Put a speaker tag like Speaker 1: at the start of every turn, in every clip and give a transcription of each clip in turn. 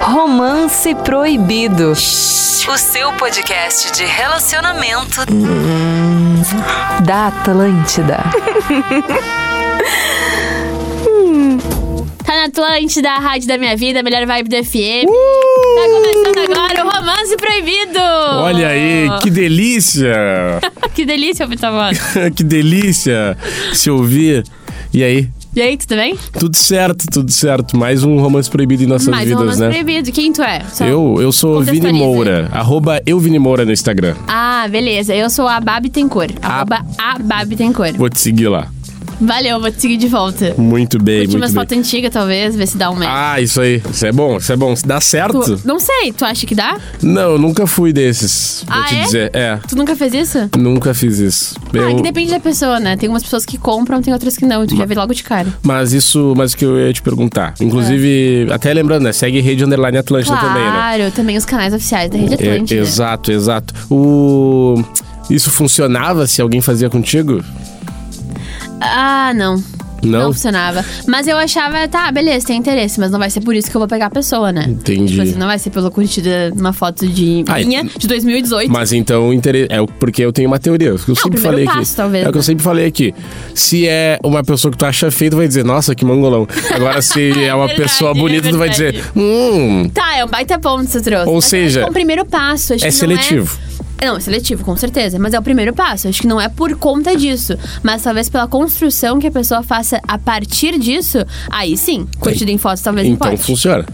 Speaker 1: Romance Proibido. O seu podcast de relacionamento da Atlântida.
Speaker 2: Tá na Atlântida, a rádio da minha vida, a melhor vibe do FM.
Speaker 3: Uh!
Speaker 2: Tá começando agora o Romance Proibido. Ah,
Speaker 3: Olha aí, que delícia!
Speaker 2: Que delícia, Vitor
Speaker 3: que delícia se ouvir. E aí?
Speaker 2: E aí, tudo bem?
Speaker 3: Tudo certo, tudo certo. Mais um romance proibido em nossas
Speaker 2: Mais um
Speaker 3: vidas,
Speaker 2: Romance
Speaker 3: né?
Speaker 2: Proibido. Quem tu é? Só-
Speaker 3: Eu, eu sou
Speaker 2: Contextualiza
Speaker 3: Vini
Speaker 2: aí.
Speaker 3: Moura, arroba eu Vini Moura no Instagram.
Speaker 2: Ah, beleza. Eu sou a Babi Tencourt.
Speaker 3: A-
Speaker 2: Arroba a Babi Tencourt.
Speaker 3: Vou te seguir lá.
Speaker 2: Valeu, vou te seguir de volta.
Speaker 3: Muito bem,
Speaker 2: Curti umas
Speaker 3: muito bem.
Speaker 2: fotos antigas, talvez, ver se dá um match.
Speaker 3: Ah, isso aí. Isso é bom, isso é bom. Dá certo?
Speaker 2: Tu- Não sei, tu acha que dá?
Speaker 3: Não, eu nunca fui desses.
Speaker 2: Ah,
Speaker 3: vou te
Speaker 2: é?
Speaker 3: dizer. É,
Speaker 2: Tu nunca fez isso?
Speaker 3: nunca fiz isso.
Speaker 2: Ah,
Speaker 3: Eu-
Speaker 2: que depende da pessoa, né? Tem umas pessoas que compram, tem outras que não. E tu já vê logo de cara.
Speaker 3: Mas isso, mas o que eu ia te perguntar. Inclusive, até lembrando, né? Segue Rede Underline Atlântida
Speaker 2: Ah. claro,
Speaker 3: também, né?
Speaker 2: também os canais oficiais da Rede
Speaker 3: É,
Speaker 2: Atlântica.
Speaker 3: exato, exato. O. Isso funcionava se alguém fazia contigo?
Speaker 2: ah, não.
Speaker 3: Não?
Speaker 2: funcionava. Mas eu achava, tá, beleza, tem interesse, mas não vai ser por isso que eu vou pegar a pessoa, né?
Speaker 3: Entendi.
Speaker 2: Tipo assim, não vai ser pela curtida de uma foto de
Speaker 3: Ah,
Speaker 2: minha,
Speaker 3: e-
Speaker 2: de 2018.
Speaker 3: Mas então, intere- é o- porque eu tenho uma teoria. é Eu sempre
Speaker 2: Ah, primeiro
Speaker 3: falei
Speaker 2: passo,
Speaker 3: aqui.
Speaker 2: talvez,
Speaker 3: é o que eu
Speaker 2: né?
Speaker 3: sempre falei aqui. Se é uma pessoa que tu acha feia, tu vai dizer, nossa, que mangolão. Agora, se é uma
Speaker 2: verdade,
Speaker 3: pessoa
Speaker 2: é
Speaker 3: bonita, tu vai
Speaker 2: verdade.
Speaker 3: dizer, hum.
Speaker 2: Tá, é um baita ponto que você trouxe.
Speaker 3: Ou
Speaker 2: Mas eu
Speaker 3: seja,
Speaker 2: acho que é um primeiro passo. Acho
Speaker 3: é
Speaker 2: que não
Speaker 3: seletivo.
Speaker 2: É... Não, é seletivo, com certeza. Mas é o primeiro passo. Acho que não é por conta disso. Mas talvez pela construção que a pessoa faça a partir disso, aí sim, curtida em fotos talvez
Speaker 3: Então
Speaker 2: importe.
Speaker 3: funciona.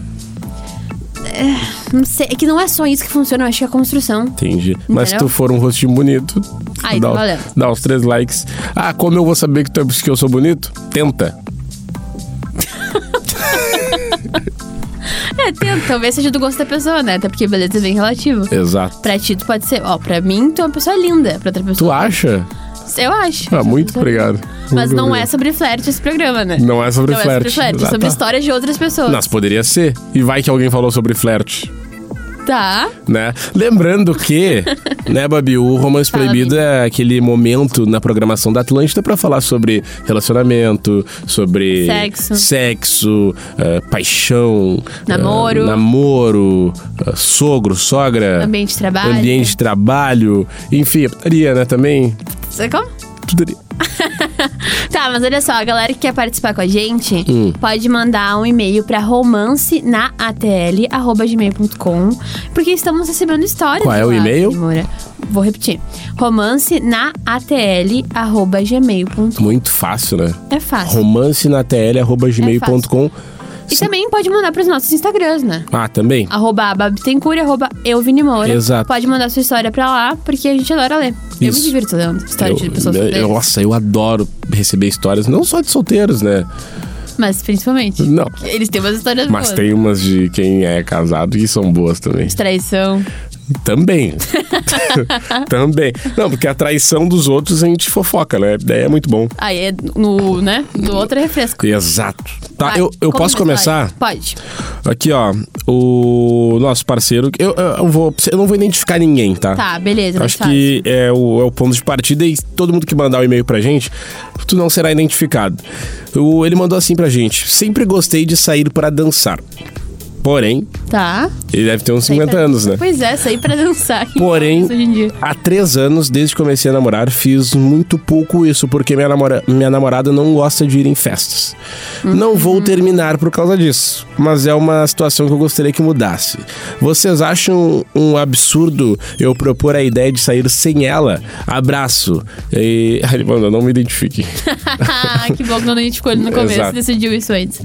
Speaker 2: Não sei, é que não é só isso que funciona, eu acho que é a construção.
Speaker 3: Entendi. Mas se tu
Speaker 2: Entendeu?
Speaker 3: for um rostinho bonito,
Speaker 2: Aí,
Speaker 3: dá,
Speaker 2: tá valendo.
Speaker 3: dá uns três likes. Ah, como eu vou saber que, tu é, que eu sou bonito? Tenta.
Speaker 2: É, tenta, talvez seja do gosto da pessoa, né? Até porque beleza é bem relativo.
Speaker 3: Exato.
Speaker 2: Pra ti, tu pode ser, ó, pra mim, tu é uma pessoa linda, pra outra
Speaker 3: Tu
Speaker 2: pessoa.
Speaker 3: acha?
Speaker 2: Eu acho.
Speaker 3: Ah, muito obrigado.
Speaker 2: Mas
Speaker 3: Muito
Speaker 2: não é
Speaker 3: obrigado.
Speaker 2: sobre flerte esse programa, né?
Speaker 3: Não é sobre
Speaker 2: Não é sobre
Speaker 3: flerte.
Speaker 2: flerte, é
Speaker 3: Ah,
Speaker 2: sobre
Speaker 3: tá.
Speaker 2: histórias de outras pessoas.
Speaker 3: Mas poderia ser. E vai que alguém falou sobre flerte,
Speaker 2: Tá.
Speaker 3: né? Lembrando que, né, Babi, o Romance
Speaker 2: Fala,
Speaker 3: Proibido é aquele momento na programação da Atlântida pra falar sobre relacionamento, sobre
Speaker 2: Sexo.
Speaker 3: sexo, eh, paixão,
Speaker 2: Namoro.
Speaker 3: eh, namoro, eh, sogro, sogra,
Speaker 2: Ambiente de trabalho.
Speaker 3: ambiente de trabalho, enfim, a putaria, né, também.
Speaker 2: Sabe como?
Speaker 3: Putaria.
Speaker 2: Tá, mas olha só, a galera que quer participar com a gente
Speaker 3: Hum.
Speaker 2: pode mandar um e-mail pra romance na porque estamos recebendo histórias.
Speaker 3: Qual é
Speaker 2: lá,
Speaker 3: o e-mail?
Speaker 2: Moura. Vou repetir. Romance na
Speaker 3: Muito fácil, né?
Speaker 2: É fácil.
Speaker 3: Romance na
Speaker 2: É
Speaker 3: tl@gmail.com.
Speaker 2: E também pode mandar pros nossos Instagrams, né?
Speaker 3: Ah, também.
Speaker 2: Arroba babitencura, arroba eu, Vini Moura.
Speaker 3: Exato.
Speaker 2: Pode mandar sua história pra lá, porque a gente adora ler. Eu me
Speaker 3: Isso.
Speaker 2: divirto lendo história de pessoas
Speaker 3: eu- né,
Speaker 2: solteiras,
Speaker 3: Nossa, eu adoro receber histórias, não só de solteiros, né?
Speaker 2: Mas principalmente.
Speaker 3: Não.
Speaker 2: Eles têm umas histórias
Speaker 3: Mas
Speaker 2: boas.
Speaker 3: tem umas de quem é casado que são boas também.
Speaker 2: De traição.
Speaker 3: Também. também. Não, porque a traição dos outros a gente fofoca, né? Daí é muito bom.
Speaker 2: Aí é no, né? Do outro é refresco.
Speaker 3: Exato. Tá,
Speaker 2: Vai,
Speaker 3: Hum. eu, eu
Speaker 2: conta
Speaker 3: posso
Speaker 2: uma
Speaker 3: começar?
Speaker 2: história. Pode.
Speaker 3: Aqui, ó. O nosso parceiro. Eu, eu, eu vou, eu não vou identificar ninguém, tá?
Speaker 2: Tá, beleza.
Speaker 3: Acho
Speaker 2: faz.
Speaker 3: que é o, é o ponto de partida e todo mundo que mandar o e-mail pra gente, tu não será identificado. O- ele mandou assim pra gente: Sempre gostei de sair pra dançar. Porém,
Speaker 2: Tá.
Speaker 3: ele deve ter uns 50 anos, né?
Speaker 2: Pois é, sair pra dançar.
Speaker 3: Porém,
Speaker 2: Isso hoje em dia.
Speaker 3: há três anos, desde que comecei a namorar, fiz muito pouco isso, porque minha, namora- minha namorada não gosta de ir em festas.
Speaker 2: Uhum.
Speaker 3: Não vou terminar por causa disso, mas é uma situação que eu gostaria que mudasse. Vocês acham um absurdo eu propor a ideia de sair sem ela? Abraço. E... Ele mandou, não me identifique.
Speaker 2: que bom que não identificou ele no começo
Speaker 3: Exato.
Speaker 2: e decidiu isso antes.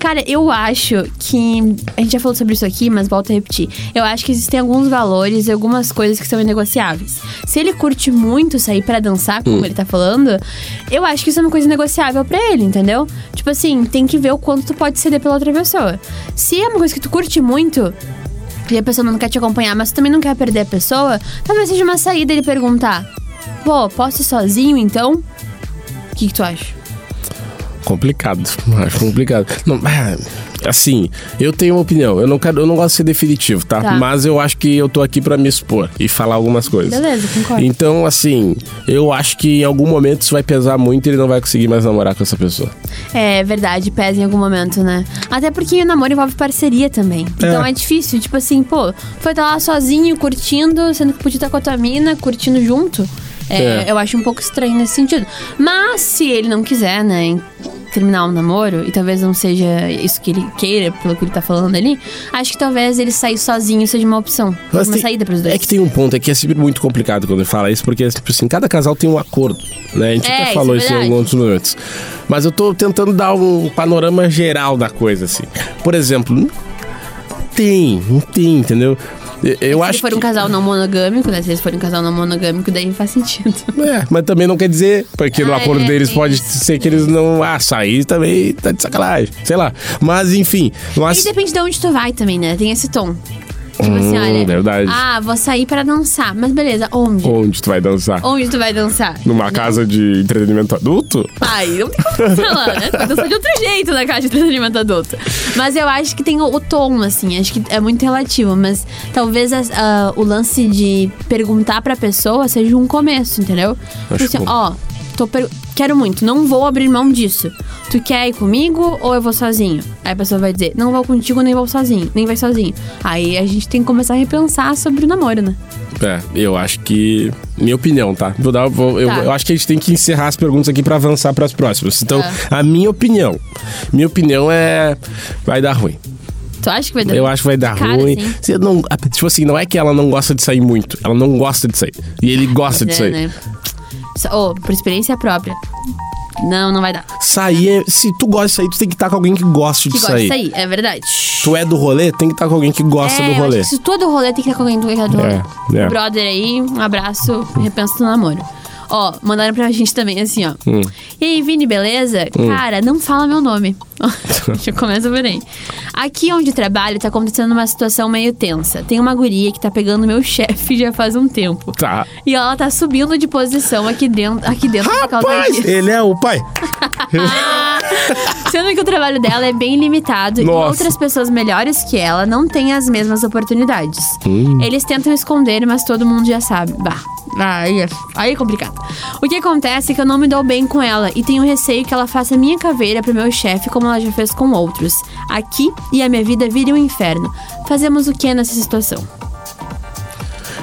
Speaker 2: Cara, eu acho que. A gente já falou sobre isso aqui, mas volto a repetir. Eu acho que existem alguns valores e algumas coisas que são inegociáveis. Se ele curte muito sair pra dançar, como ele tá falando, eu acho que isso é uma coisa negociável pra ele, entendeu? Tipo assim, tem que ver o quanto tu pode ceder pela outra pessoa. Se é uma coisa que tu curte muito, e a pessoa não quer te acompanhar, mas tu também não quer perder a pessoa, talvez seja uma saída ele perguntar: pô, posso ir sozinho então? O que, que tu acha?
Speaker 3: Complicado, acho complicado. Não, ah, Assim, eu tenho uma opinião. Eu não, quero, eu não gosto de ser definitivo, tá?
Speaker 2: Tá.
Speaker 3: Mas eu acho que eu tô aqui pra me expor e falar algumas coisas.
Speaker 2: Beleza, concordo.
Speaker 3: Então, assim, eu acho que em algum momento isso vai pesar muito e ele não vai conseguir mais namorar com essa pessoa.
Speaker 2: É verdade, pesa em algum momento, né? Até porque o namoro envolve parceria também. Então
Speaker 3: É.
Speaker 2: é, difícil, tipo assim, pô, foi estar lá sozinho, curtindo, sendo que podia estar com a tua mina, curtindo junto. É,
Speaker 3: É.
Speaker 2: Eu acho um pouco estranho nesse sentido. Mas se ele não quiser, né, em- terminar um namoro, e talvez não seja isso que ele queira, pelo que ele tá falando ali, acho que talvez ele sair sozinho seja uma opção.
Speaker 3: Mas
Speaker 2: uma
Speaker 3: tem-
Speaker 2: saída pros dois.
Speaker 3: É que tem um ponto, é que é sempre muito complicado quando ele fala isso, porque tipo assim, cada casal tem um acordo, né? A gente
Speaker 2: É,
Speaker 3: até
Speaker 2: isso
Speaker 3: falou
Speaker 2: é
Speaker 3: isso, em
Speaker 2: verdade.
Speaker 3: alguns momentos. Mas eu tô tentando dar um panorama geral da coisa, assim. Por exemplo, não tem, não tem, entendeu? Eu, eu
Speaker 2: se
Speaker 3: acho
Speaker 2: ele for
Speaker 3: que-
Speaker 2: um casal não monogâmico, né? Se eles forem um casal não monogâmico, daí faz sentido.
Speaker 3: É, mas também não quer dizer, porque no
Speaker 2: Ah,
Speaker 3: acordo
Speaker 2: é,
Speaker 3: deles
Speaker 2: tem
Speaker 3: pode
Speaker 2: isso.
Speaker 3: ser que eles não. Ah, sair também tá de sacanagem. Sei lá. Mas enfim.
Speaker 2: E
Speaker 3: Mas,
Speaker 2: depende de onde tu vai também, né? Tem esse tom. Tipo assim,
Speaker 3: Hum,
Speaker 2: olha.
Speaker 3: verdade.
Speaker 2: Ah, vou sair pra dançar. Mas beleza, onde?
Speaker 3: onde tu vai dançar?
Speaker 2: Onde tu vai dançar?
Speaker 3: Numa casa de entretenimento adulto?
Speaker 2: Ai, não tem como falar, né? Tu Vai dançar de outro jeito na caixa de entretenimento adulto. Mas eu acho que tem o, o tom, assim. Acho que é muito relativo. Mas talvez as- ah, o lance de perguntar pra pessoa seja um começo, entendeu? Tipo assim,
Speaker 3: bom.
Speaker 2: ó, tô per- quero muito, não vou abrir mão disso. Tu quer ir comigo ou eu vou sozinho? Aí a pessoa vai dizer, não vou contigo, nem vou sozinho, nem vai sozinho. Aí a gente tem que começar a repensar sobre o namoro, né?
Speaker 3: É, eu acho que. Minha opinião, tá? Vou dar, vou- eu,
Speaker 2: Tá.
Speaker 3: eu acho que a gente tem que encerrar as perguntas aqui pra avançar pras próximas. Então,
Speaker 2: Tá.
Speaker 3: a minha opinião. Minha opinião é. Vai dar ruim.
Speaker 2: Tu acha que vai dar?
Speaker 3: Eu acho que vai dar
Speaker 2: Cara,
Speaker 3: ruim.
Speaker 2: assim.
Speaker 3: Você não, a- tipo assim, não é que ela não gosta de sair muito. Ela não gosta de sair. E ele gosta de
Speaker 2: É,
Speaker 3: sair.
Speaker 2: né? Só- Ô, por experiência própria. Não, não vai dar.
Speaker 3: Sair é. Se tu gosta de sair, tu tem que estar com alguém que goste
Speaker 2: Que
Speaker 3: de
Speaker 2: gosta
Speaker 3: sair.
Speaker 2: de sair, é verdade.
Speaker 3: Tu é do rolê, tem que estar com alguém que gosta
Speaker 2: é,
Speaker 3: do
Speaker 2: eu
Speaker 3: rolê.
Speaker 2: acho que se tu é do rolê, tem que estar com alguém do é do rolê.
Speaker 3: É, é.
Speaker 2: O Brother aí, um abraço, repensa no namoro. Ó, mandaram pra gente também assim, ó.
Speaker 3: Hum.
Speaker 2: E aí, Vini, beleza? Cara, não fala meu nome. Já começa por aí. Aqui onde trabalho, tá acontecendo uma situação meio tensa. Tem uma guria que tá pegando meu chefe já faz um tempo.
Speaker 3: Tá.
Speaker 2: E ela tá subindo de posição aqui dentro, aqui dentro por causa
Speaker 3: Rapaz,
Speaker 2: disso.
Speaker 3: ele é o pai.
Speaker 2: Ah. Sendo que o trabalho dela é bem limitado e
Speaker 3: Nossa.
Speaker 2: outras pessoas melhores que ela não têm as mesmas oportunidades.
Speaker 3: Hum.
Speaker 2: Eles tentam esconder, mas todo mundo já sabe. Bah. Aí é, aí é complicado. O que acontece é que eu não me dou bem com ela e tenho receio que ela faça minha caveira pro meu chefe, como ela já fez com outros. Aqui e a minha vida vire um inferno. Fazemos o que nessa situação?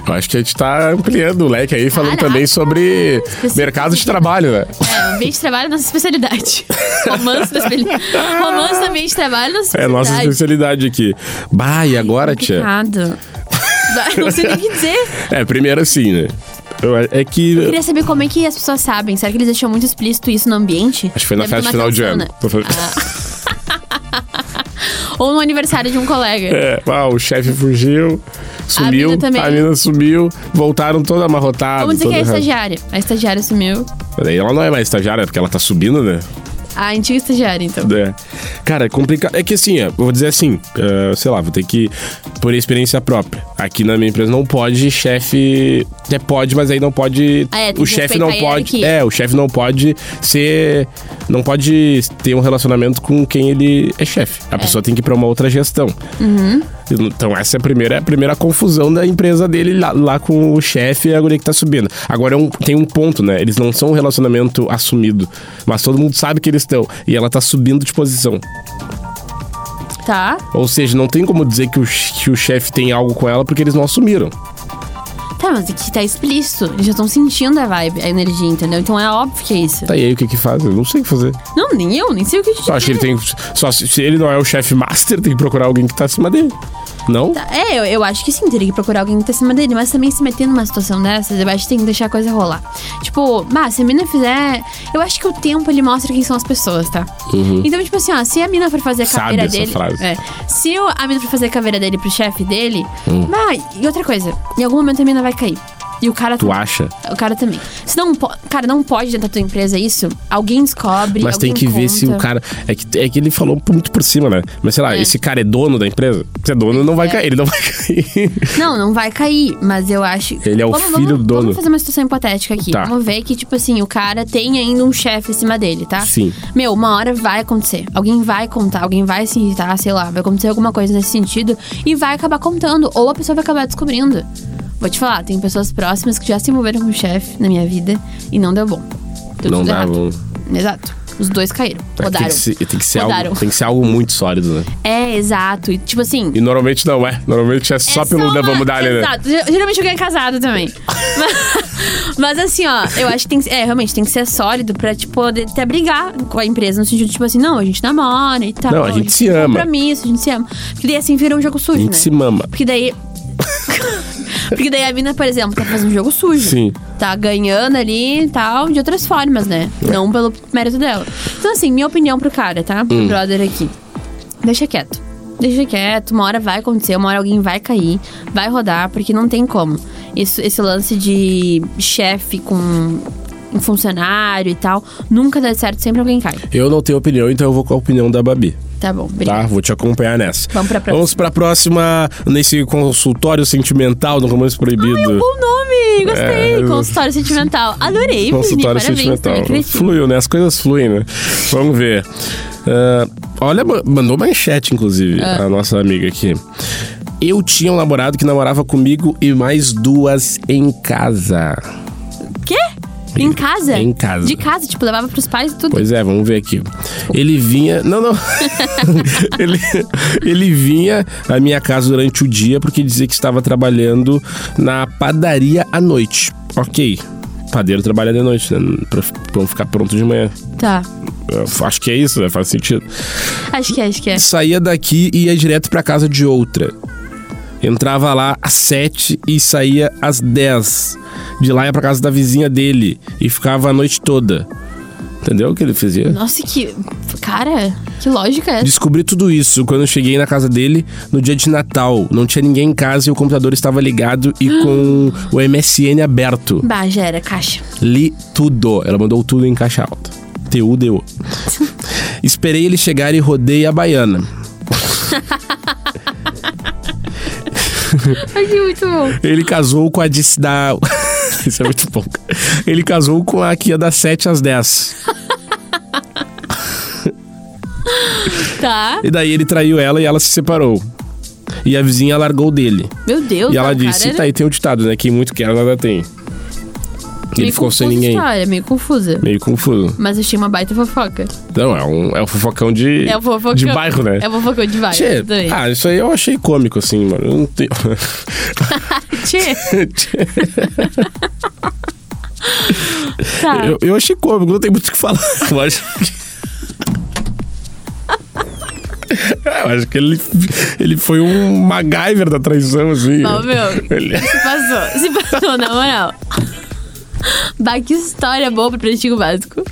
Speaker 3: Eu acho que a gente tá ampliando o leque aí, falando
Speaker 2: Caraca.
Speaker 3: também sobre mercado de trabalho, né?
Speaker 2: É, ambiente de trabalho é nossa especialidade. Romance da especialidade. Romance do ambiente de trabalho é nossa
Speaker 3: É a nossa
Speaker 2: especialidade.
Speaker 3: especialidade aqui. Bah, e agora, tia?
Speaker 2: é Complicado. Não sei nem o que dizer.
Speaker 3: É, primeiro assim, né? Eu- É que.
Speaker 2: Queria saber como é que as pessoas sabem. Será que eles deixam muito explícito isso no ambiente?
Speaker 3: Acho que foi na
Speaker 2: Deve
Speaker 3: festa
Speaker 2: ter Ah. uma
Speaker 3: final de ano.
Speaker 2: canção, né? Ou no aniversário de um colega.
Speaker 3: É, ah, o chefe fugiu, sumiu,
Speaker 2: mina também.
Speaker 3: a mina sumiu, voltaram toda amarrotada.
Speaker 2: Vamos dizer que é a
Speaker 3: toda-
Speaker 2: estagiária. A estagiária sumiu.
Speaker 3: Daí ela não é mais estagiária, porque ela tá subindo, né?
Speaker 2: A antiga estagiária, então.
Speaker 3: É. Cara, é complicado. É que assim, é, eu vou dizer assim, é, sei lá, vou ter que. Por experiência própria. Aqui na minha empresa não pode chefe. É, pode, mas aí não pode.
Speaker 2: Ah, é, tem que
Speaker 3: o chefe não
Speaker 2: respeitar a
Speaker 3: pode.
Speaker 2: hierarquia.
Speaker 3: É, o chefe não pode ser. Não pode ter um relacionamento com quem ele é chefe. A pessoa tem que ir pra uma outra gestão.
Speaker 2: Uhum.
Speaker 3: Então, essa é a primeira, é a primeira confusão da empresa dele lá, lá com o chefe e a guria que tá subindo. Agora, é um- tem um ponto, né? Eles não são um relacionamento assumido, mas todo mundo sabe que eles estão. E ela tá subindo de posição.
Speaker 2: Tá.
Speaker 3: Ou seja, não tem como dizer que o, che- que o chefe tem algo com ela porque eles não assumiram.
Speaker 2: Tá, mas aqui tá explícito. Eles já estão sentindo a vibe, a energia, entendeu? Então é óbvio que é isso.
Speaker 3: Tá, e aí o que que faz? Eu não sei o que fazer.
Speaker 2: Não, nem eu, nem sei o que te
Speaker 3: Só acho que ele tem. Só se, se ele não é o chefe master, tem que procurar alguém que tá acima dele. Não?
Speaker 2: Tá, É, eu, eu acho que sim, teria que procurar alguém que tá acima dele, mas também se meter numa situação dessas, eu acho que tem que deixar a coisa rolar. Tipo, bah, se a mina fizer. Eu acho que o tempo ele mostra quem são as pessoas, tá? Então, tipo assim, ó, se a mina for fazer a
Speaker 3: Uhum. Sabe
Speaker 2: caveira
Speaker 3: essa
Speaker 2: dele.
Speaker 3: frase.
Speaker 2: É, se
Speaker 3: Hum.
Speaker 2: o- a mina for fazer a caveira dele pro chefe dele, bah, e outra coisa, em algum momento a mina vai cair. E o cara
Speaker 3: Tu acha?
Speaker 2: O cara também. Se não, po- cara, não pode dentro da tua empresa isso. Alguém descobre.
Speaker 3: Mas tem
Speaker 2: alguém
Speaker 3: que ver se o
Speaker 2: conta.
Speaker 3: cara. É que, é que ele falou muito por cima, né? Mas sei lá,
Speaker 2: É.
Speaker 3: esse cara é dono da empresa? Se é dono, não vai cair. Ele não vai cair.
Speaker 2: Não, não vai cair, mas eu acho.
Speaker 3: Ele é o filho do
Speaker 2: vamos,
Speaker 3: dono.
Speaker 2: Vamos fazer uma situação hipotética aqui.
Speaker 3: Tá.
Speaker 2: Vamos ver que, tipo assim, o cara tem ainda um chefe em cima dele, tá?
Speaker 3: Sim.
Speaker 2: Meu, uma hora vai acontecer. Alguém vai contar, alguém vai se irritar, sei lá, vai acontecer alguma coisa nesse sentido e vai acabar contando. Ou a pessoa vai acabar descobrindo. Vou te falar, tem pessoas próximas que já se envolveram com o chefe na minha vida e não deu bom. Deu
Speaker 3: Não
Speaker 2: tudo
Speaker 3: dá
Speaker 2: errado.
Speaker 3: bom.
Speaker 2: Exato. Os dois caíram.
Speaker 3: Tem
Speaker 2: Rodaram.
Speaker 3: que ser, tem que ser
Speaker 2: Rodaram.
Speaker 3: algo, tem que ser algo muito sólido, né?
Speaker 2: É, exato. E, tipo assim.
Speaker 3: E normalmente não é. Normalmente é só
Speaker 2: É
Speaker 3: pelo da
Speaker 2: uma-
Speaker 3: vamos dar né?
Speaker 2: Exato. Ger- Geralmente alguém é casado também. Mas, mas assim, ó, eu acho que tem que ser. É, realmente, tem que ser sólido pra, tipo, poder até brigar com a empresa. No sentido, tipo assim, não, a gente namora e tal.
Speaker 3: Não, a gente se
Speaker 2: tem um
Speaker 3: ama.
Speaker 2: Compromisso, a gente se ama. Porque daí assim vira um jogo sujo,
Speaker 3: A gente
Speaker 2: né?
Speaker 3: se mama.
Speaker 2: Porque daí. Porque daí a mina, por exemplo, tá fazendo um jogo sujo.
Speaker 3: Sim.
Speaker 2: Tá ganhando ali e tal, de outras formas, né?
Speaker 3: É.
Speaker 2: Não pelo mérito dela. Então, assim, minha opinião pro cara, tá?
Speaker 3: Hum.
Speaker 2: Pro brother aqui. Deixa quieto. Deixa quieto, uma hora vai acontecer, uma hora alguém vai cair, vai rodar, porque não tem como. Isso, esse lance de chefe com um funcionário e tal, nunca dá certo, sempre alguém cai.
Speaker 3: Eu não tenho opinião, então eu vou com a opinião da Babi.
Speaker 2: Tá bom, obrigada.
Speaker 3: Tá? Vou te acompanhar nessa.
Speaker 2: Vamos pra próxima.
Speaker 3: Vamos pra próxima, nesse consultório sentimental do
Speaker 2: Ai,
Speaker 3: Romance
Speaker 2: um
Speaker 3: Proibido.
Speaker 2: bom nome! Gostei!
Speaker 3: É,
Speaker 2: Consultório sentimental. Adorei, Vini.
Speaker 3: consultório
Speaker 2: Parabéns,
Speaker 3: sentimental.
Speaker 2: também criativo.
Speaker 3: Fluiu, né? As coisas fluem, né? Vamos ver. Ah, olha, ma- mandou manchete, inclusive,
Speaker 2: Ah.
Speaker 3: a nossa amiga aqui. Eu tinha um namorado que namorava comigo e mais duas em casa.
Speaker 2: Quê? Em casa?
Speaker 3: Em casa.
Speaker 2: De casa, tipo, levava pros pais e tudo.
Speaker 3: Pois é, vamos ver aqui. Ele vinha. Não, não. ele, ele vinha à minha casa durante o dia porque dizia que estava trabalhando na padaria à noite. Ok. Padeiro trabalha de noite, né? Pra, pra não ficar pronto de manhã.
Speaker 2: Tá.
Speaker 3: Eu acho que é isso, né? Faz sentido.
Speaker 2: Acho que é, acho que é.
Speaker 3: Saía daqui e ia direto pra casa de outra. Entrava lá às 7 e saía às 10. De lá ia pra casa da vizinha dele e ficava a noite toda. Entendeu o que ele fazia?
Speaker 2: Nossa, que. Cara, que lógica é essa?
Speaker 3: Descobri tudo isso quando eu cheguei na casa dele no dia de Natal. Não tinha ninguém em casa e o computador estava ligado e com o MSN aberto.
Speaker 2: Bah, já era caixa.
Speaker 3: Li tudo. Ela mandou tudo em caixa alta. T-U-D-U. Esperei ele chegar e rodei a baiana.
Speaker 2: Achei muito bom.
Speaker 3: Ele casou com a de, da. Isso é muito bom. Ele casou com a que ia das 7 às 10.
Speaker 2: Tá.
Speaker 3: E daí ele traiu ela e ela se separou. E a vizinha largou dele.
Speaker 2: Meu Deus,
Speaker 3: E ela
Speaker 2: não,
Speaker 3: disse:
Speaker 2: cara,
Speaker 3: tá aí tem o ditado, né? Quem muito quer, nada tem. E ele ficou sem ninguém.
Speaker 2: História, meio confusa.
Speaker 3: Meio confuso.
Speaker 2: Mas eu achei uma baita fofoca.
Speaker 3: Não, é um, é um fofocão de.
Speaker 2: É o fofocão.
Speaker 3: De bairro, né?
Speaker 2: É o fofocão de bairro.
Speaker 3: Tchê,
Speaker 2: também.
Speaker 3: ah, isso aí eu achei cômico, assim, mano. Eu não tenho.
Speaker 2: Tchê.
Speaker 3: Tchê,
Speaker 2: Tá.
Speaker 3: eu, eu achei cômico, não tem muito o que falar. Eu acho que. Eu acho que ele, ele foi um MacGyver da traição, assim.
Speaker 2: Ó, meu.
Speaker 3: Ele-
Speaker 2: Se passou. Se passou, na moral. Bah, que história boa pro Pretinho Básico.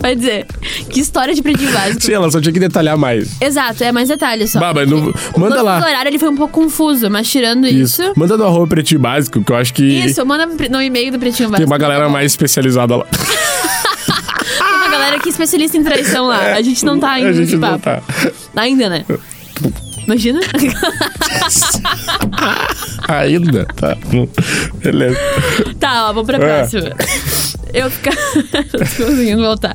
Speaker 2: Vai dizer, que história de Pretinho Básico.
Speaker 3: Sei lá, só tinha que detalhar mais.
Speaker 2: Exato, é mais detalhes só.
Speaker 3: Bah, mas não- manda
Speaker 2: o
Speaker 3: lá.
Speaker 2: O horário ele foi um pouco confuso, mas tirando isso... Isso,
Speaker 3: Manda no arroba pretinho básico, que eu acho que
Speaker 2: manda no pre- no e-mail do Pretinho Básico.
Speaker 3: tem uma galera mais especializada lá.
Speaker 2: Tem uma galera que é especialista em traição lá. A gente não tá ainda
Speaker 3: É. A gente
Speaker 2: nesse
Speaker 3: não
Speaker 2: papo.
Speaker 3: tá.
Speaker 2: Ainda, né? Imagina.
Speaker 3: Ainda? Tá. bom. Beleza.
Speaker 2: Tá, ó, vamos pra
Speaker 3: É.
Speaker 2: próxima. Eu ficava. Tô conseguindo voltar.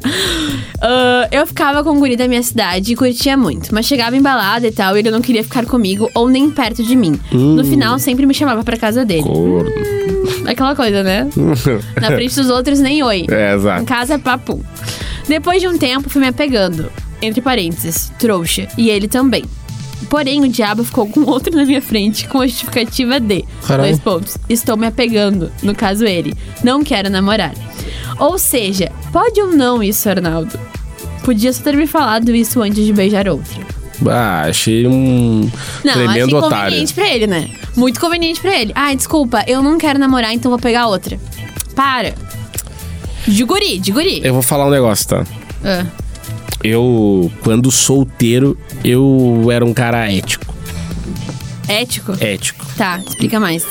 Speaker 2: Ah, eu ficava com o guri da minha cidade e curtia muito, mas chegava embalada e tal, e ele não queria ficar comigo ou nem perto de mim.
Speaker 3: Hum.
Speaker 2: No final, sempre me chamava pra casa dele.
Speaker 3: Gordo.
Speaker 2: Aquela coisa, né? Na frente dos outros, nem oi.
Speaker 3: É,
Speaker 2: Em
Speaker 3: exato.
Speaker 2: casa é papo. Depois de um tempo, fui me apegando. Entre parênteses, trouxa. E ele também. Porém, o diabo ficou com outro na minha frente com a justificativa de...
Speaker 3: Caralho.
Speaker 2: Dois pontos. Estou me apegando. No caso, ele. Não quero namorar. Ou seja, pode ou não isso, Arnaldo? Podia só ter me falado isso antes de beijar outro.
Speaker 3: Ah, achei um
Speaker 2: Não,
Speaker 3: tremendo
Speaker 2: achei
Speaker 3: otário.
Speaker 2: conveniente pra ele, né? Muito conveniente pra ele. Ah, desculpa, eu não quero namorar, então vou pegar outra. Para. De guri, de guri.
Speaker 3: Eu vou falar um negócio, tá?
Speaker 2: Ah.
Speaker 3: Eu, quando solteiro, eu era um cara ético.
Speaker 2: Ético?
Speaker 3: Ético.
Speaker 2: Tá, explica mais.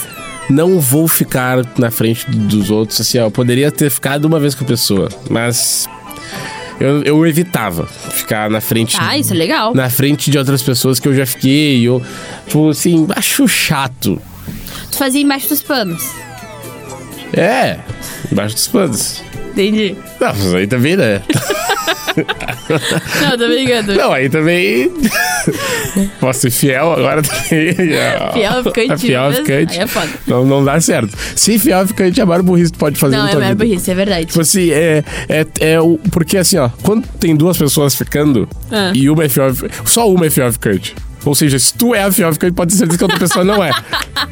Speaker 3: Não vou ficar na frente dos outros, assim, ó. Eu poderia ter ficado uma vez com a pessoa, mas. Eu, eu evitava ficar na frente.
Speaker 2: Ah, isso é legal.
Speaker 3: Na frente de outras pessoas que eu já fiquei. Eu, tipo, assim, acho chato.
Speaker 2: Tu fazia embaixo dos panos.
Speaker 3: É, embaixo dos panos.
Speaker 2: Entendi.
Speaker 3: Não, mas aí também, né?
Speaker 2: Não, tô brincando.
Speaker 3: Não, aí também. Posso ser fiel agora também.
Speaker 2: Fiel ficante.
Speaker 3: A fiel
Speaker 2: mesmo?
Speaker 3: ficante.
Speaker 2: Aí é foda.
Speaker 3: Não, não dá certo. Se fiel ficante é maior burrice que tu pode fazer
Speaker 2: Não,
Speaker 3: na
Speaker 2: é
Speaker 3: tua
Speaker 2: mero
Speaker 3: vida.
Speaker 2: burrice, é verdade.
Speaker 3: Tipo assim, é, é, é o. Porque assim, ó, quando tem duas pessoas ficando
Speaker 2: Ah.
Speaker 3: e uma é fiel. Só uma é fiel ficante. Ou seja, se tu é a fiel ficante, pode ter certeza que a outra pessoa não é.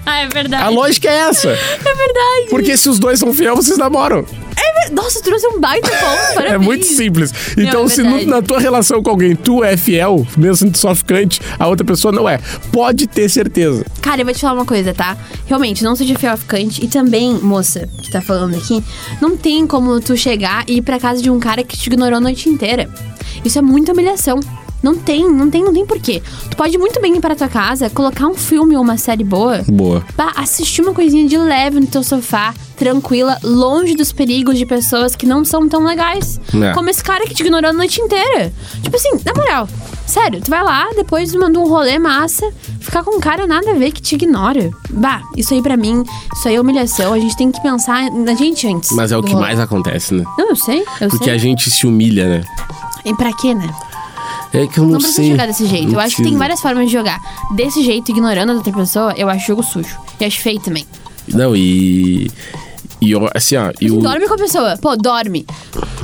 Speaker 2: Ah, é verdade.
Speaker 3: A lógica é essa.
Speaker 2: É verdade.
Speaker 3: Porque se os dois são fiel, vocês namoram.
Speaker 2: É ver- Nossa, tu trouxe um baita ponto, parabéns.
Speaker 3: É muito simples. Então,
Speaker 2: é
Speaker 3: se no-
Speaker 2: verdade.
Speaker 3: na tua relação com alguém tu é fiel, mesmo sendo só ficante, a outra pessoa não é. Pode ter certeza.
Speaker 2: Cara, eu vou te falar uma coisa, tá? Realmente, não seja fiel ao ficante. E também, moça, que tá falando aqui, não tem como tu chegar e ir pra casa de um cara que te ignorou a noite inteira. Isso é muita humilhação. Não tem, não tem, não tem porquê. Tu pode muito bem ir pra tua casa, colocar um filme ou uma série boa.
Speaker 3: Boa.
Speaker 2: Bah, assistir uma coisinha de leve no teu sofá, tranquila, longe dos perigos de pessoas que não são tão legais.
Speaker 3: É.
Speaker 2: Como esse cara que te ignorou a noite inteira. Tipo assim, na moral, sério, tu vai lá, depois manda um rolê massa, ficar com um cara nada a ver que te ignora. Bah, isso aí pra mim, isso aí é humilhação. A gente tem que pensar na gente antes.
Speaker 3: Mas é o
Speaker 2: do
Speaker 3: que
Speaker 2: rolê.
Speaker 3: mais acontece, né?
Speaker 2: Não, eu sei, eu
Speaker 3: Porque
Speaker 2: sei.
Speaker 3: a gente se humilha, né?
Speaker 2: E pra quê, né?
Speaker 3: É que eu não,
Speaker 2: Não precisa
Speaker 3: sei.
Speaker 2: jogar desse jeito.
Speaker 3: Não
Speaker 2: eu acho que tem
Speaker 3: precisa.
Speaker 2: várias formas de jogar. Desse jeito, ignorando a outra pessoa, eu acho jogo sujo. E acho feio também.
Speaker 3: Não, e. E eu- assim, ó. E o,
Speaker 2: Dorme com a pessoa. Pô, dorme.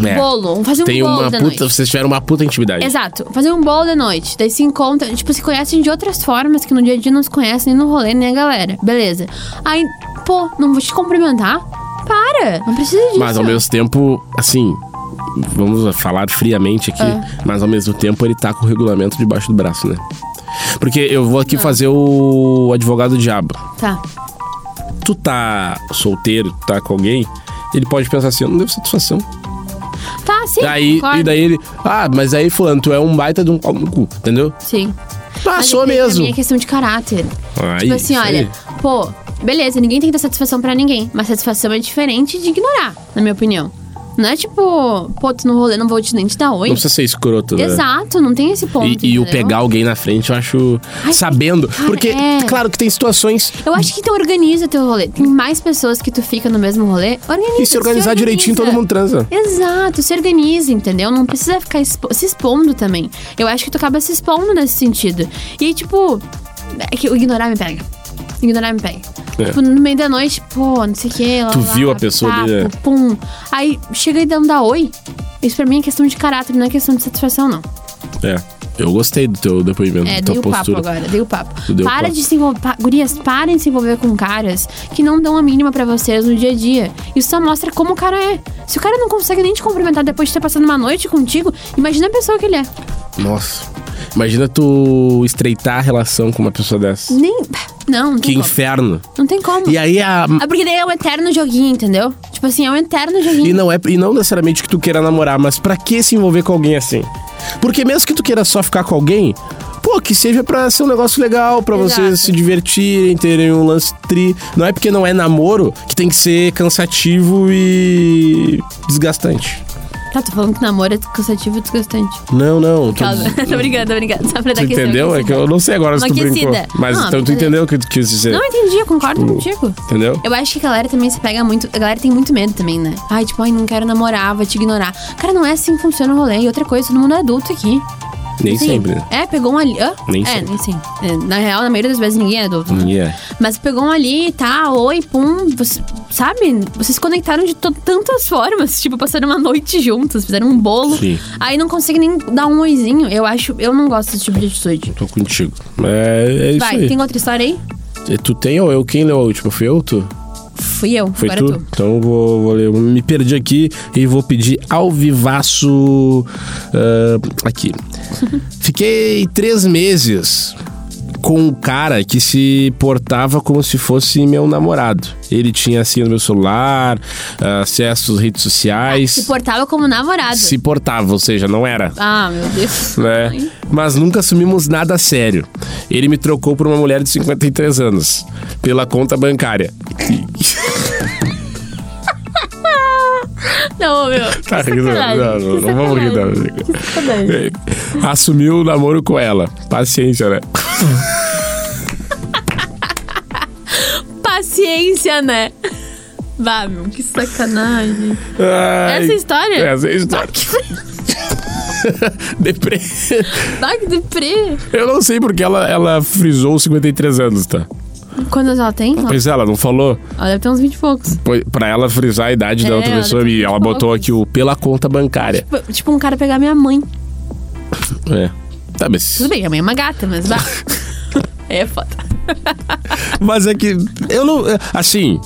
Speaker 3: é,
Speaker 2: Bolo. Vamos fazer um
Speaker 3: tem
Speaker 2: bolo
Speaker 3: uma
Speaker 2: da
Speaker 3: puta.
Speaker 2: noite.
Speaker 3: Vocês tiveram uma puta intimidade.
Speaker 2: Exato. Fazer um bolo de noite. Daí se encontra, tipo, se conhecem de outras formas que no dia a dia não se conhecem nem no rolê, nem a galera. Beleza. Aí, pô, não vou te cumprimentar? Para! Não precisa disso.
Speaker 3: Mas ao mesmo tempo, assim. Vamos falar friamente aqui,
Speaker 2: Ah.
Speaker 3: mas ao mesmo tempo ele tá com o regulamento debaixo do braço, né? Porque eu vou aqui fazer o advogado diabo.
Speaker 2: Tá.
Speaker 3: Tu tá solteiro, tu tá com alguém, ele pode pensar assim, eu não devo satisfação.
Speaker 2: Tá, sim.
Speaker 3: Daí,
Speaker 2: concordo.
Speaker 3: e daí ele, ah, mas aí fulano, tu é um baita de um pau no cu, entendeu?
Speaker 2: Sim. Mas
Speaker 3: Passou
Speaker 2: é que pra
Speaker 3: mesmo.
Speaker 2: mim é questão de caráter.
Speaker 3: Aí,
Speaker 2: tipo assim,
Speaker 3: isso
Speaker 2: olha,
Speaker 3: aí.
Speaker 2: pô, beleza, ninguém tem que dar satisfação pra ninguém. Mas satisfação é diferente de ignorar, na minha opinião. Não é tipo, pô, tu no rolê não vou te nem te dar oi.
Speaker 3: Não precisa ser escroto, né?
Speaker 2: Exato, não tem esse ponto.
Speaker 3: E, e o
Speaker 2: entendeu?
Speaker 3: pegar alguém na frente, eu acho.
Speaker 2: Ai,
Speaker 3: sabendo.
Speaker 2: cara,
Speaker 3: porque,
Speaker 2: é.
Speaker 3: claro que tem situações.
Speaker 2: Eu acho que tu organiza teu rolê. Tem mais pessoas que tu fica no mesmo rolê. Organiza.
Speaker 3: E se organizar
Speaker 2: organiza.
Speaker 3: direitinho, todo mundo transa.
Speaker 2: Exato, se organiza, entendeu? Não precisa ficar expo- se expondo também. Eu acho que tu acaba se expondo nesse sentido. E aí, tipo, é que o ignorar me pega. Ignorar me pega.
Speaker 3: É.
Speaker 2: Tipo, no meio da noite, pô, não sei o que. Lá,
Speaker 3: Tu
Speaker 2: lá,
Speaker 3: viu a pessoa
Speaker 2: papo,
Speaker 3: ali, né?
Speaker 2: Pum. Aí chega e dando dar oi. Isso pra mim é questão de caráter, não é questão de satisfação, não.
Speaker 3: É. Eu gostei do teu depoimento,
Speaker 2: É,
Speaker 3: da
Speaker 2: dei
Speaker 3: tua
Speaker 2: o
Speaker 3: postura.
Speaker 2: papo agora, dei o papo.
Speaker 3: Tu deu o
Speaker 2: para
Speaker 3: papo.
Speaker 2: de se envolver. pa- Gurias, parem de se envolver com caras que não dão a mínima pra vocês no dia a dia. Isso só mostra como o cara é. Se o cara não consegue nem te cumprimentar depois de ter passado uma noite contigo, imagina a pessoa que ele é.
Speaker 3: Nossa. Imagina tu estreitar a relação com uma pessoa dessa.
Speaker 2: Nem. Não, não
Speaker 3: Que
Speaker 2: tem como.
Speaker 3: inferno.
Speaker 2: Não tem como.
Speaker 3: E aí a.
Speaker 2: Ah, porque daí é um eterno joguinho, entendeu? Tipo assim, é um eterno joguinho.
Speaker 3: E não, é, e não necessariamente que tu queira namorar, mas pra que se envolver com alguém assim? Porque mesmo que tu queira só ficar com alguém, pô, que seja pra ser um negócio legal, pra
Speaker 2: Exato.
Speaker 3: vocês se divertirem, terem um lance tri. Não é porque não é namoro que tem que ser cansativo e desgastante.
Speaker 2: Tá, tô falando que namoro é cansativo e desgastante.
Speaker 3: Não, não. Tô,
Speaker 2: Calma, Tá tô brincando, tô brincando. Só pra
Speaker 3: tu
Speaker 2: dar aquecida,
Speaker 3: entendeu? É que
Speaker 2: aquecida.
Speaker 3: eu não sei agora se
Speaker 2: Uma
Speaker 3: tu brincou.
Speaker 2: aquecida.
Speaker 3: Mas
Speaker 2: Não,
Speaker 3: então tu
Speaker 2: brincadeira.
Speaker 3: entendeu o que tu quis dizer.
Speaker 2: Ah, Não entendi, eu concordo contigo.
Speaker 3: Tipo, Entendeu?
Speaker 2: Eu acho que a galera também se pega muito. A galera tem muito medo também, né? Ai, tipo, ai, não quero namorar, vou te ignorar. Cara, não é assim que funciona o rolê. E outra coisa, todo mundo é adulto aqui.
Speaker 3: Nem
Speaker 2: Assim,
Speaker 3: sempre. né?
Speaker 2: É, pegou um ali. Hã?
Speaker 3: Nem
Speaker 2: é,
Speaker 3: sempre.
Speaker 2: nem sempre. É, na real, na maioria das vezes ninguém é adulto.
Speaker 3: Ninguém é.
Speaker 2: Mas pegou um ali, tá, oi, pum. Você, sabe? Vocês se conectaram de to- tantas formas. Tipo, passaram uma noite juntos, fizeram um bolo.
Speaker 3: Sim.
Speaker 2: Aí não consegue nem dar um oizinho. Eu acho. Eu não gosto desse tipo de atitude.
Speaker 3: Tô contigo. É, é isso
Speaker 2: Vai,
Speaker 3: aí. É,
Speaker 2: tem outra história aí?
Speaker 3: Tu tem ou eu? Quem leu a última? Foi eu ou tu?
Speaker 2: Fui eu,
Speaker 3: Foi
Speaker 2: agora é
Speaker 3: tu?
Speaker 2: tu.
Speaker 3: Então vou, vou ler. Eu Me perdi aqui e vou pedir ao vivaço ah, aqui. Fiquei três meses com um cara que se portava como se fosse meu namorado. Ele tinha assim no meu celular, ah, acesso aos redes sociais.
Speaker 2: Se Ah, portava como namorado.
Speaker 3: Se portava, ou seja, não era.
Speaker 2: Ah, meu Deus.
Speaker 3: né?
Speaker 2: Ai.
Speaker 3: Mas nunca assumimos nada a sério. Ele me trocou por uma mulher de 53 anos, pela conta bancária.
Speaker 2: Não, meu.
Speaker 3: Tá
Speaker 2: que
Speaker 3: rindo,
Speaker 2: sacanagem,
Speaker 3: não, não,
Speaker 2: que
Speaker 3: não vamos rir, não.
Speaker 2: sacanagem, Tá que sacanagem.
Speaker 3: É, Assumiu o namoro com ela. Paciência, né?
Speaker 2: Paciência, né? Vá, meu, que sacanagem.
Speaker 3: Ai,
Speaker 2: Essa história?
Speaker 3: Essa é a história. Depre...
Speaker 2: Bah, que deprê.
Speaker 3: Eu não sei porque ela, ela frisou os 53 anos, tá?
Speaker 2: Quantos ela tem? Ela
Speaker 3: Pois é, ela não falou.
Speaker 2: ela deve ter uns 20 e poucos.
Speaker 3: Pois- Pra ela frisar a idade da
Speaker 2: É,
Speaker 3: outra
Speaker 2: ela
Speaker 3: pessoa
Speaker 2: tem
Speaker 3: e ela botou
Speaker 2: poucos.
Speaker 3: aqui o pela conta bancária.
Speaker 2: Tipo, tipo um cara pegar minha mãe.
Speaker 3: É. Tá, mas.
Speaker 2: Tudo bem, minha mãe é uma gata, mas bah. é foda.
Speaker 3: Mas é que. Eu não. Assim.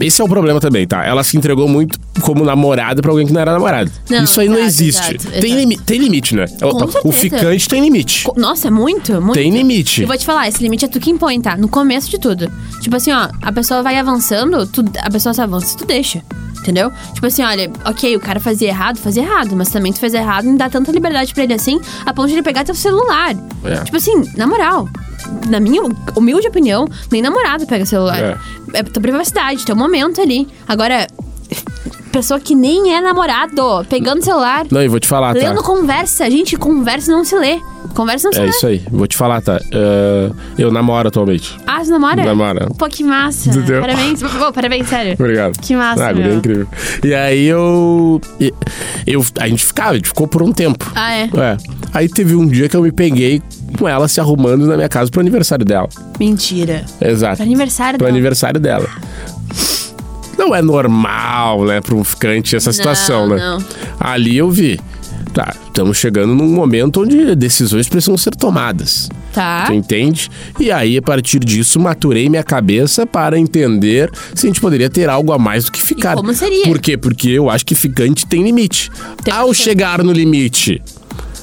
Speaker 3: Esse é o problema também, tá? Ela se entregou muito como namorada pra alguém que não era namorado.
Speaker 2: Não,
Speaker 3: Isso aí não
Speaker 2: exato,
Speaker 3: existe.
Speaker 2: exato,
Speaker 3: tem,
Speaker 2: exato.
Speaker 3: limi- tem limite, né?
Speaker 2: Com
Speaker 3: o
Speaker 2: certeza.
Speaker 3: ficante tem limite.
Speaker 2: Co- Nossa, é muito, muito.
Speaker 3: Tem limite.
Speaker 2: Eu vou te falar, esse limite é tu que impõe, tá? No começo de tudo. Tipo assim, ó, a pessoa vai avançando, tu, a pessoa se avança, tu deixa. Entendeu? Tipo assim, olha, ok, o cara fazia errado, fazia errado, mas também tu fez errado, não dá tanta liberdade pra ele assim, a ponto de ele pegar teu celular.
Speaker 3: É.
Speaker 2: Tipo assim, na moral, na minha humilde opinião, nem namorado pega celular.
Speaker 3: É.
Speaker 2: É, tua privacidade, teu momento ali. Agora, pessoa que nem é namorado, pegando celular.
Speaker 3: Não, e vou te falar, tá?
Speaker 2: Lendo conversa, gente, conversa não se lê. Conversa não se
Speaker 3: É
Speaker 2: lê.
Speaker 3: isso aí. Vou te falar, tá? Ah, eu namoro atualmente.
Speaker 2: Ah, você namora?
Speaker 3: Namora.
Speaker 2: Pô, que massa.
Speaker 3: Entendeu?
Speaker 2: Parabéns. Pô, parabéns, sério.
Speaker 3: Obrigado.
Speaker 2: Que massa,
Speaker 3: Ah, guria
Speaker 2: meu.
Speaker 3: incrível. E aí eu, e- eu. A gente ficava, a gente ficou por um tempo.
Speaker 2: Ah, é?
Speaker 3: É. Aí teve um dia que eu me peguei com ela se arrumando na minha casa pro aniversário dela.
Speaker 2: Mentira.
Speaker 3: Exato.
Speaker 2: Pra aniversário
Speaker 3: Pro
Speaker 2: dela.
Speaker 3: aniversário dela. Não é normal, né, pra um ficante essa situação, né?
Speaker 2: não.
Speaker 3: Ali eu vi. Tá, estamos chegando num momento onde decisões precisam ser tomadas.
Speaker 2: Tá.
Speaker 3: Tu entende? E aí, a partir disso, maturei minha cabeça para entender se a gente poderia ter algo a mais do que ficar.
Speaker 2: como seria?
Speaker 3: Por quê? Porque eu acho que ficante tem limite.
Speaker 2: Tem
Speaker 3: Ao
Speaker 2: limite.
Speaker 3: chegar no limite,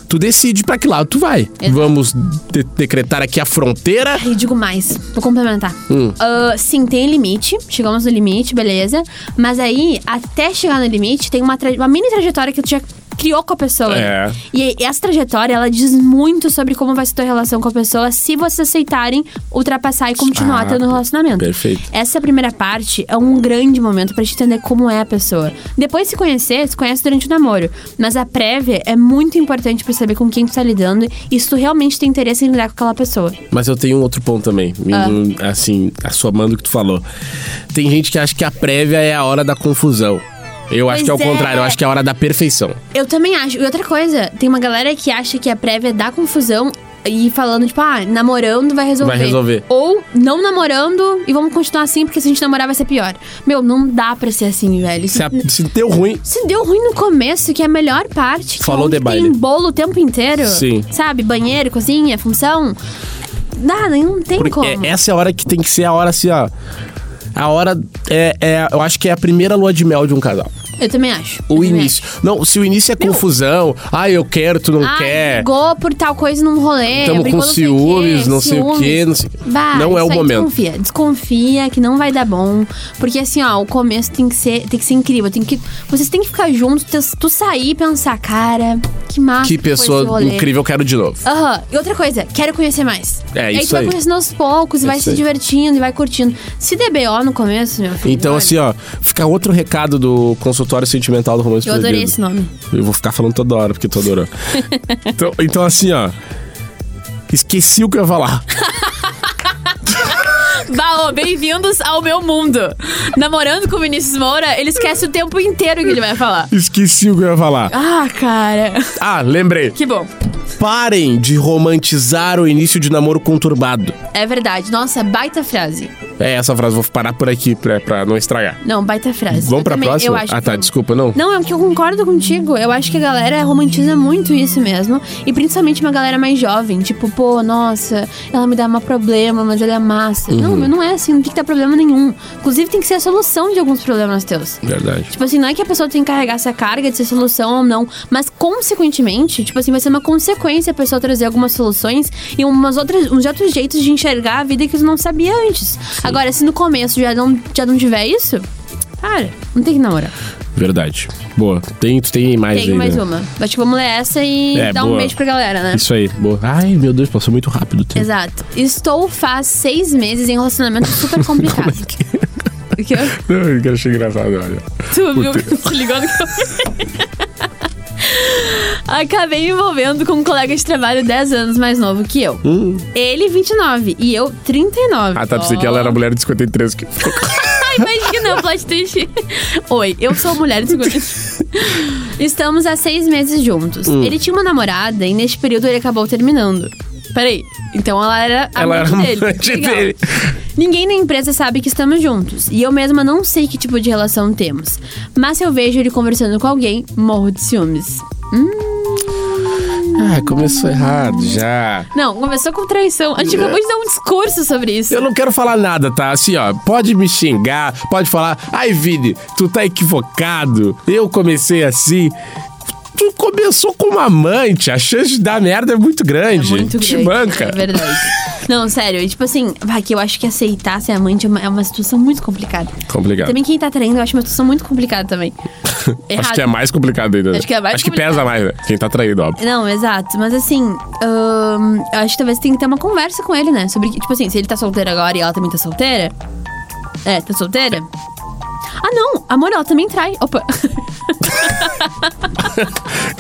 Speaker 3: tu decide pra que lado tu vai.
Speaker 2: Exato.
Speaker 3: Vamos de- decretar aqui a fronteira.
Speaker 2: E digo mais, vou complementar.
Speaker 3: Hum.
Speaker 2: Ah, sim, tem limite. Chegamos no limite, beleza. Mas aí, até chegar no limite, tem uma, tra- uma mini trajetória que tu já criou com a pessoa.
Speaker 3: É.
Speaker 2: E essa trajetória, ela diz muito sobre como vai ser tua relação com a pessoa se vocês aceitarem ultrapassar e continuar
Speaker 3: Ah,
Speaker 2: tendo um relacionamento.
Speaker 3: perfeito.
Speaker 2: Essa primeira parte é um grande momento pra te entender como é a pessoa. Depois de se conhecer, se conhece durante o namoro. Mas a prévia é muito importante pra saber com quem tu tá lidando e se tu realmente tem interesse em lidar com aquela pessoa.
Speaker 3: Mas eu tenho um outro ponto também,
Speaker 2: Ah.
Speaker 3: indo, assim, assomando o que tu falou. Tem gente que acha que a prévia é a hora da confusão. Eu acho
Speaker 2: Pois
Speaker 3: que é o
Speaker 2: é.
Speaker 3: contrário, eu acho que é a hora da perfeição.
Speaker 2: Eu também acho. E outra coisa, tem uma galera que acha que a prévia dá confusão e falando, tipo, ah, namorando vai resolver.
Speaker 3: Vai resolver.
Speaker 2: Ou não namorando e vamos continuar assim, porque se a gente namorar vai ser pior. Meu, não dá pra ser assim, velho.
Speaker 3: Se, a- se deu ruim,
Speaker 2: Se deu ruim no começo, que é a melhor parte. Que é
Speaker 3: Falou
Speaker 2: onde
Speaker 3: de baile.
Speaker 2: Tem bolo o tempo inteiro.
Speaker 3: Sim.
Speaker 2: Sabe? Banheiro, cozinha, função. Dá, não tem
Speaker 3: Porque
Speaker 2: como.
Speaker 3: é- essa é a hora que tem que ser a hora assim, ó. A hora é, é- Eu acho que é a primeira lua de mel de um casal.
Speaker 2: Eu também acho. eu
Speaker 3: O
Speaker 2: também
Speaker 3: início. Não, se o início é confusão, ah, eu quero, tu não
Speaker 2: acho. Ah,
Speaker 3: quer.
Speaker 2: brigou por tal coisa num rolê.
Speaker 3: é Tamo
Speaker 2: brigou
Speaker 3: com
Speaker 2: não sei o quê,
Speaker 3: ciúmes, não sei o
Speaker 2: ciúmes.
Speaker 3: quê, não sei-
Speaker 2: Vai,
Speaker 3: Não é o
Speaker 2: isso aí
Speaker 3: momento.
Speaker 2: Desconfia, desconfia que não vai dar bom. Porque assim, ó, o começo tem que ser, tem que ser incrível. Tem que, vocês têm que ficar juntos, tu- tu sair e pensar, cara, que massa.
Speaker 3: Que
Speaker 2: foi esse
Speaker 3: pessoa
Speaker 2: rolê.
Speaker 3: incrível, eu quero de novo.
Speaker 2: Aham, e outra coisa, quero conhecer mais.
Speaker 3: É
Speaker 2: aí
Speaker 3: isso
Speaker 2: tu vai
Speaker 3: aí.
Speaker 2: conhecendo aos poucos e vai
Speaker 3: isso
Speaker 2: se
Speaker 3: aí.
Speaker 2: divertindo e vai curtindo. Se der BO no começo, meu filho.
Speaker 3: Então,
Speaker 2: olha,
Speaker 3: assim, ó, fica outro recado do consultório sentimental do Romance
Speaker 2: Eu adorei
Speaker 3: Proibido.
Speaker 2: esse nome.
Speaker 3: Eu vou ficar falando toda hora, porque tu adorou. então, então, assim, ó. Esqueci o que eu ia falar.
Speaker 2: Baô, bem-vindos ao meu mundo. Namorando com o Vinícius Moura, ele esquece o tempo inteiro que ele vai falar.
Speaker 3: Esqueci o que eu ia falar.
Speaker 2: Ah, cara.
Speaker 3: Ah, lembrei.
Speaker 2: Que bom.
Speaker 3: Parem de romantizar o início de namoro conturbado.
Speaker 2: É verdade. Nossa, é baita frase.
Speaker 3: É essa frase, vou parar por aqui pra, pra não estragar.
Speaker 2: Não, baita frase.
Speaker 3: Vamos
Speaker 2: Eu
Speaker 3: pra
Speaker 2: também-
Speaker 3: próxima?
Speaker 2: Eu acho
Speaker 3: ah,
Speaker 2: que
Speaker 3: tá,
Speaker 2: vamos.
Speaker 3: desculpa, não.
Speaker 2: Não, é que eu concordo contigo. Eu acho que a galera romantiza muito isso mesmo. E principalmente uma galera mais jovem. Tipo, pô, nossa, ela me dá um problema, mas ela é massa.
Speaker 3: Uhum.
Speaker 2: Não, meu, não é assim. Não tem que dar problema nenhum. Inclusive, tem que ser a solução de alguns problemas teus.
Speaker 3: Verdade.
Speaker 2: Tipo assim, não é que a pessoa tem que carregar essa carga de ser solução ou não, mas consequentemente, tipo assim, vai ser uma consequência a pessoa trazer algumas soluções e umas outras, uns outros jeitos de enxergar a vida que tu não sabia antes. Agora, se no começo já não, já não tiver isso, cara, não tem que namorar.
Speaker 3: Verdade. Boa. Tem, tu tem mais
Speaker 2: Tem
Speaker 3: aí,
Speaker 2: mais
Speaker 3: né?
Speaker 2: uma. tipo, Acho que vamos ler essa e
Speaker 3: É,
Speaker 2: dar um
Speaker 3: boa.
Speaker 2: beijo pra galera, né?
Speaker 3: Isso aí. Boa. Ai, meu Deus, passou muito rápido. o tempo.
Speaker 2: Exato. Estou faz seis meses em um relacionamento super complicado.
Speaker 3: é
Speaker 2: O quê?
Speaker 3: Não, eu quero achei engraçado, olha.
Speaker 2: Tu viu? Se ligou no que eu Acabei me envolvendo com um colega de trabalho 10 anos mais novo que eu. Ele, 29, e eu, 39.
Speaker 3: Hum. Ah, tá, pensei que ela era mulher de 53. Que...
Speaker 2: Ah, imagina, plot twist. Oi, eu sou mulher de 50. Estamos há seis meses juntos.
Speaker 3: Hum.
Speaker 2: Ele tinha uma namorada e neste período ele acabou terminando. Peraí, então ela era a
Speaker 3: Ela era
Speaker 2: dele.
Speaker 3: amante
Speaker 2: Legal.
Speaker 3: dele.
Speaker 2: Ninguém na empresa sabe que estamos juntos. E eu mesma não sei que tipo de relação temos. Mas se eu vejo ele conversando com alguém, morro de ciúmes. Hum.
Speaker 3: Ah, começou errado já.
Speaker 2: Não, começou com traição. A gente acabou de dar um discurso sobre isso.
Speaker 3: Né? Eu não quero falar nada, tá? Assim, ó, pode me xingar, pode falar, ai, Vini, tu tá equivocado, eu comecei assim. Tu começou como amante, a chance de dar merda é muito grande.
Speaker 2: Muito
Speaker 3: Te
Speaker 2: grande,
Speaker 3: banca.
Speaker 2: É verdade. Não, sério, e tipo assim, vai que eu acho que aceitar ser amante é uma, é uma situação muito complicada.
Speaker 3: Complicado.
Speaker 2: Também quem tá traindo, eu acho uma situação muito complicada também.
Speaker 3: Acho
Speaker 2: Errado.
Speaker 3: que é mais complicado ainda. né?
Speaker 2: Acho que é mais
Speaker 3: Acho que
Speaker 2: complicado.
Speaker 3: pesa mais, né? Quem tá traído, óbvio.
Speaker 2: Não, exato. Mas assim, hum, eu acho que talvez tem que ter uma conversa com ele, né? Sobre, que- tipo assim, se ele tá solteiro agora e ela também tá solteira. É, tá solteira? Ah, não. Amor, ela também trai. Opa.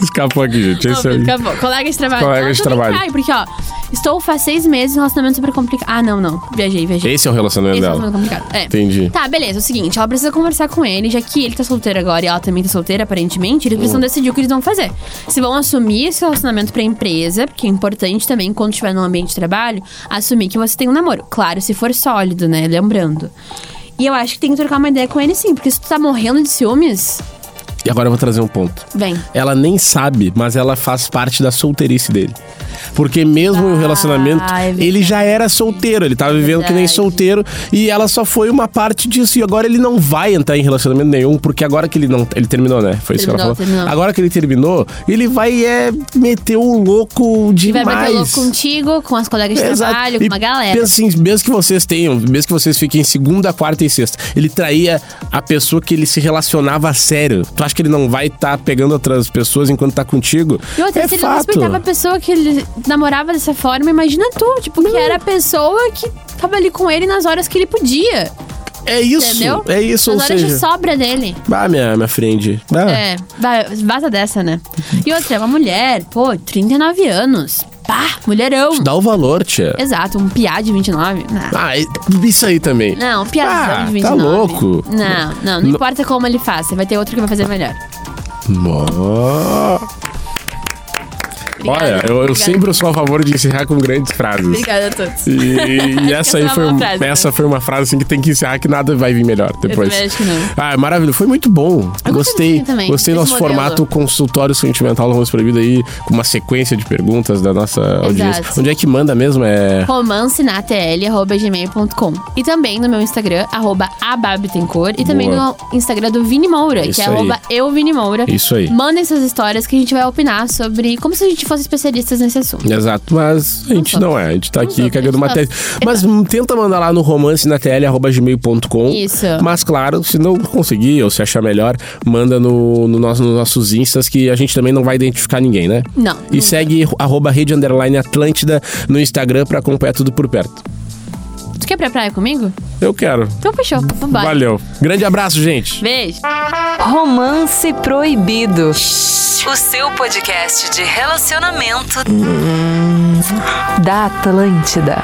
Speaker 3: Escapou aqui, gente. Esse é
Speaker 2: Não,
Speaker 3: o-
Speaker 2: acabou. Colega de trabalho.
Speaker 3: Colega
Speaker 2: Ela
Speaker 3: de
Speaker 2: também
Speaker 3: trabalho.
Speaker 2: Trai, porque, ó, estou faz seis meses em relacionamento super complicado. Ah, não, não. Viajei, viajei.
Speaker 3: Esse é o relacionamento
Speaker 2: Esse é um
Speaker 3: dela.
Speaker 2: problema complicado. É.
Speaker 3: Entendi.
Speaker 2: Tá, beleza. É o seguinte, ela precisa conversar com ele, já que ele tá solteiro agora e ela também tá solteira, aparentemente, eles
Speaker 3: Hum.
Speaker 2: precisam decidir o que eles vão fazer. Se vão assumir esse relacionamento pra empresa, porque é importante também, quando estiver no ambiente de trabalho, assumir que você tem um namoro. Claro, se for sólido, né? Lembrando. E eu acho que tem que trocar uma ideia com ele sim, porque se tu tá morrendo de ciúmes,
Speaker 3: E agora eu vou trazer um ponto.
Speaker 2: vem.
Speaker 3: Ela nem sabe, mas ela faz parte da solteirice dele. Porque mesmo o relacionamento,
Speaker 2: é verdade.
Speaker 3: ele já era solteiro, ele tava vivendo que nem
Speaker 2: Verdade.
Speaker 3: solteiro e ela só foi uma parte disso. E agora ele não vai entrar em relacionamento nenhum, porque agora que ele não. Ele terminou, né? Foi isso que ela falou.
Speaker 2: Terminou, terminou.
Speaker 3: Agora que ele terminou, ele vai é, meter o louco
Speaker 2: E vai
Speaker 3: demais.
Speaker 2: bater louco contigo, com as colegas de
Speaker 3: Exato.
Speaker 2: É, trabalho, com
Speaker 3: E
Speaker 2: uma galera.
Speaker 3: Pensa assim, mesmo que vocês tenham, mesmo que vocês fiquem em segunda, quarta e sexta, ele traía a pessoa que ele se relacionava a sério. Tu acha que ele não vai estar pegando outras pessoas enquanto tá contigo?
Speaker 2: E outra,
Speaker 3: é
Speaker 2: se ele não
Speaker 3: fato.
Speaker 2: respeitava a pessoa que ele namorava dessa forma, imagina tu, tipo, que era a pessoa que tava ali com ele nas horas que ele podia.
Speaker 3: É isso.
Speaker 2: Entendeu?
Speaker 3: É isso,
Speaker 2: nas
Speaker 3: ou
Speaker 2: horas de
Speaker 3: seja.
Speaker 2: sobra dele.
Speaker 3: Ah, minha, minha friend. Ah,
Speaker 2: É, vai, vaza dessa, né? E outra, é uma mulher, pô, 39 anos. Pá, mulherão.
Speaker 3: Dá o valor, tia.
Speaker 2: Exato, um piá de 29. Não.
Speaker 3: Ah, e- isso aí também.
Speaker 2: Não, piazão
Speaker 3: Ah,
Speaker 2: de 29.
Speaker 3: Tá louco.
Speaker 2: Não, não, não,
Speaker 3: No-
Speaker 2: importa como ele faça, vai ter outro que vai fazer melhor.
Speaker 3: Mó.
Speaker 2: Obrigada,
Speaker 3: Olha, eu, eu
Speaker 2: obrigada.
Speaker 3: sempre sou a favor de encerrar com grandes frases.
Speaker 2: Obrigada a todos.
Speaker 3: E, e
Speaker 2: Essa
Speaker 3: essa aí
Speaker 2: é uma
Speaker 3: foi,
Speaker 2: boa
Speaker 3: um-
Speaker 2: frase, né?
Speaker 3: essa foi uma frase assim, que tem que encerrar que nada vai vir melhor depois.
Speaker 2: também acho que não.
Speaker 3: Ah, maravilhoso. Foi muito bom.
Speaker 2: Eu gostei
Speaker 3: Gostei.
Speaker 2: muito também
Speaker 3: Gostei do
Speaker 2: desse
Speaker 3: nosso
Speaker 2: modelo.
Speaker 3: formato consultório sentimental do Romance Proibido aí, com uma sequência de perguntas da nossa audiência. Onde é que manda mesmo? É.
Speaker 2: romance na gmail.com E também no meu Instagram, arroba ababitencor. E também
Speaker 3: Boa.
Speaker 2: no Instagram do Vini Moura, que
Speaker 3: Isso
Speaker 2: é
Speaker 3: aí.
Speaker 2: arroba euviniMoura.
Speaker 3: Isso aí.
Speaker 2: Mandem suas histórias que a gente vai opinar sobre como se a gente fosse especialistas nesse assunto.
Speaker 3: Exato, mas a gente
Speaker 2: somos.
Speaker 3: não é, a gente tá
Speaker 2: Não
Speaker 3: aqui
Speaker 2: somos,
Speaker 3: cagando
Speaker 2: a gente
Speaker 3: uma
Speaker 2: tá-
Speaker 3: tese. Mas hum, tenta mandar lá no romance na TL, arroba gmail.com.
Speaker 2: Isso.
Speaker 3: Mas claro, se não conseguir ou se achar melhor, manda no, no nosso, nos nossos instas que a gente também não vai identificar ninguém, né?
Speaker 2: Não,
Speaker 3: E
Speaker 2: não.
Speaker 3: segue arroba rede underline Atlântida no Instagram pra acompanhar tudo por perto.
Speaker 2: Tu quer ir pra praia comigo?
Speaker 3: Eu quero.
Speaker 2: Então fechou. Vambora.
Speaker 3: Valeu. Grande abraço, gente.
Speaker 2: Beijo.
Speaker 1: Romance Proibido. O seu podcast de relacionamento da Atlântida.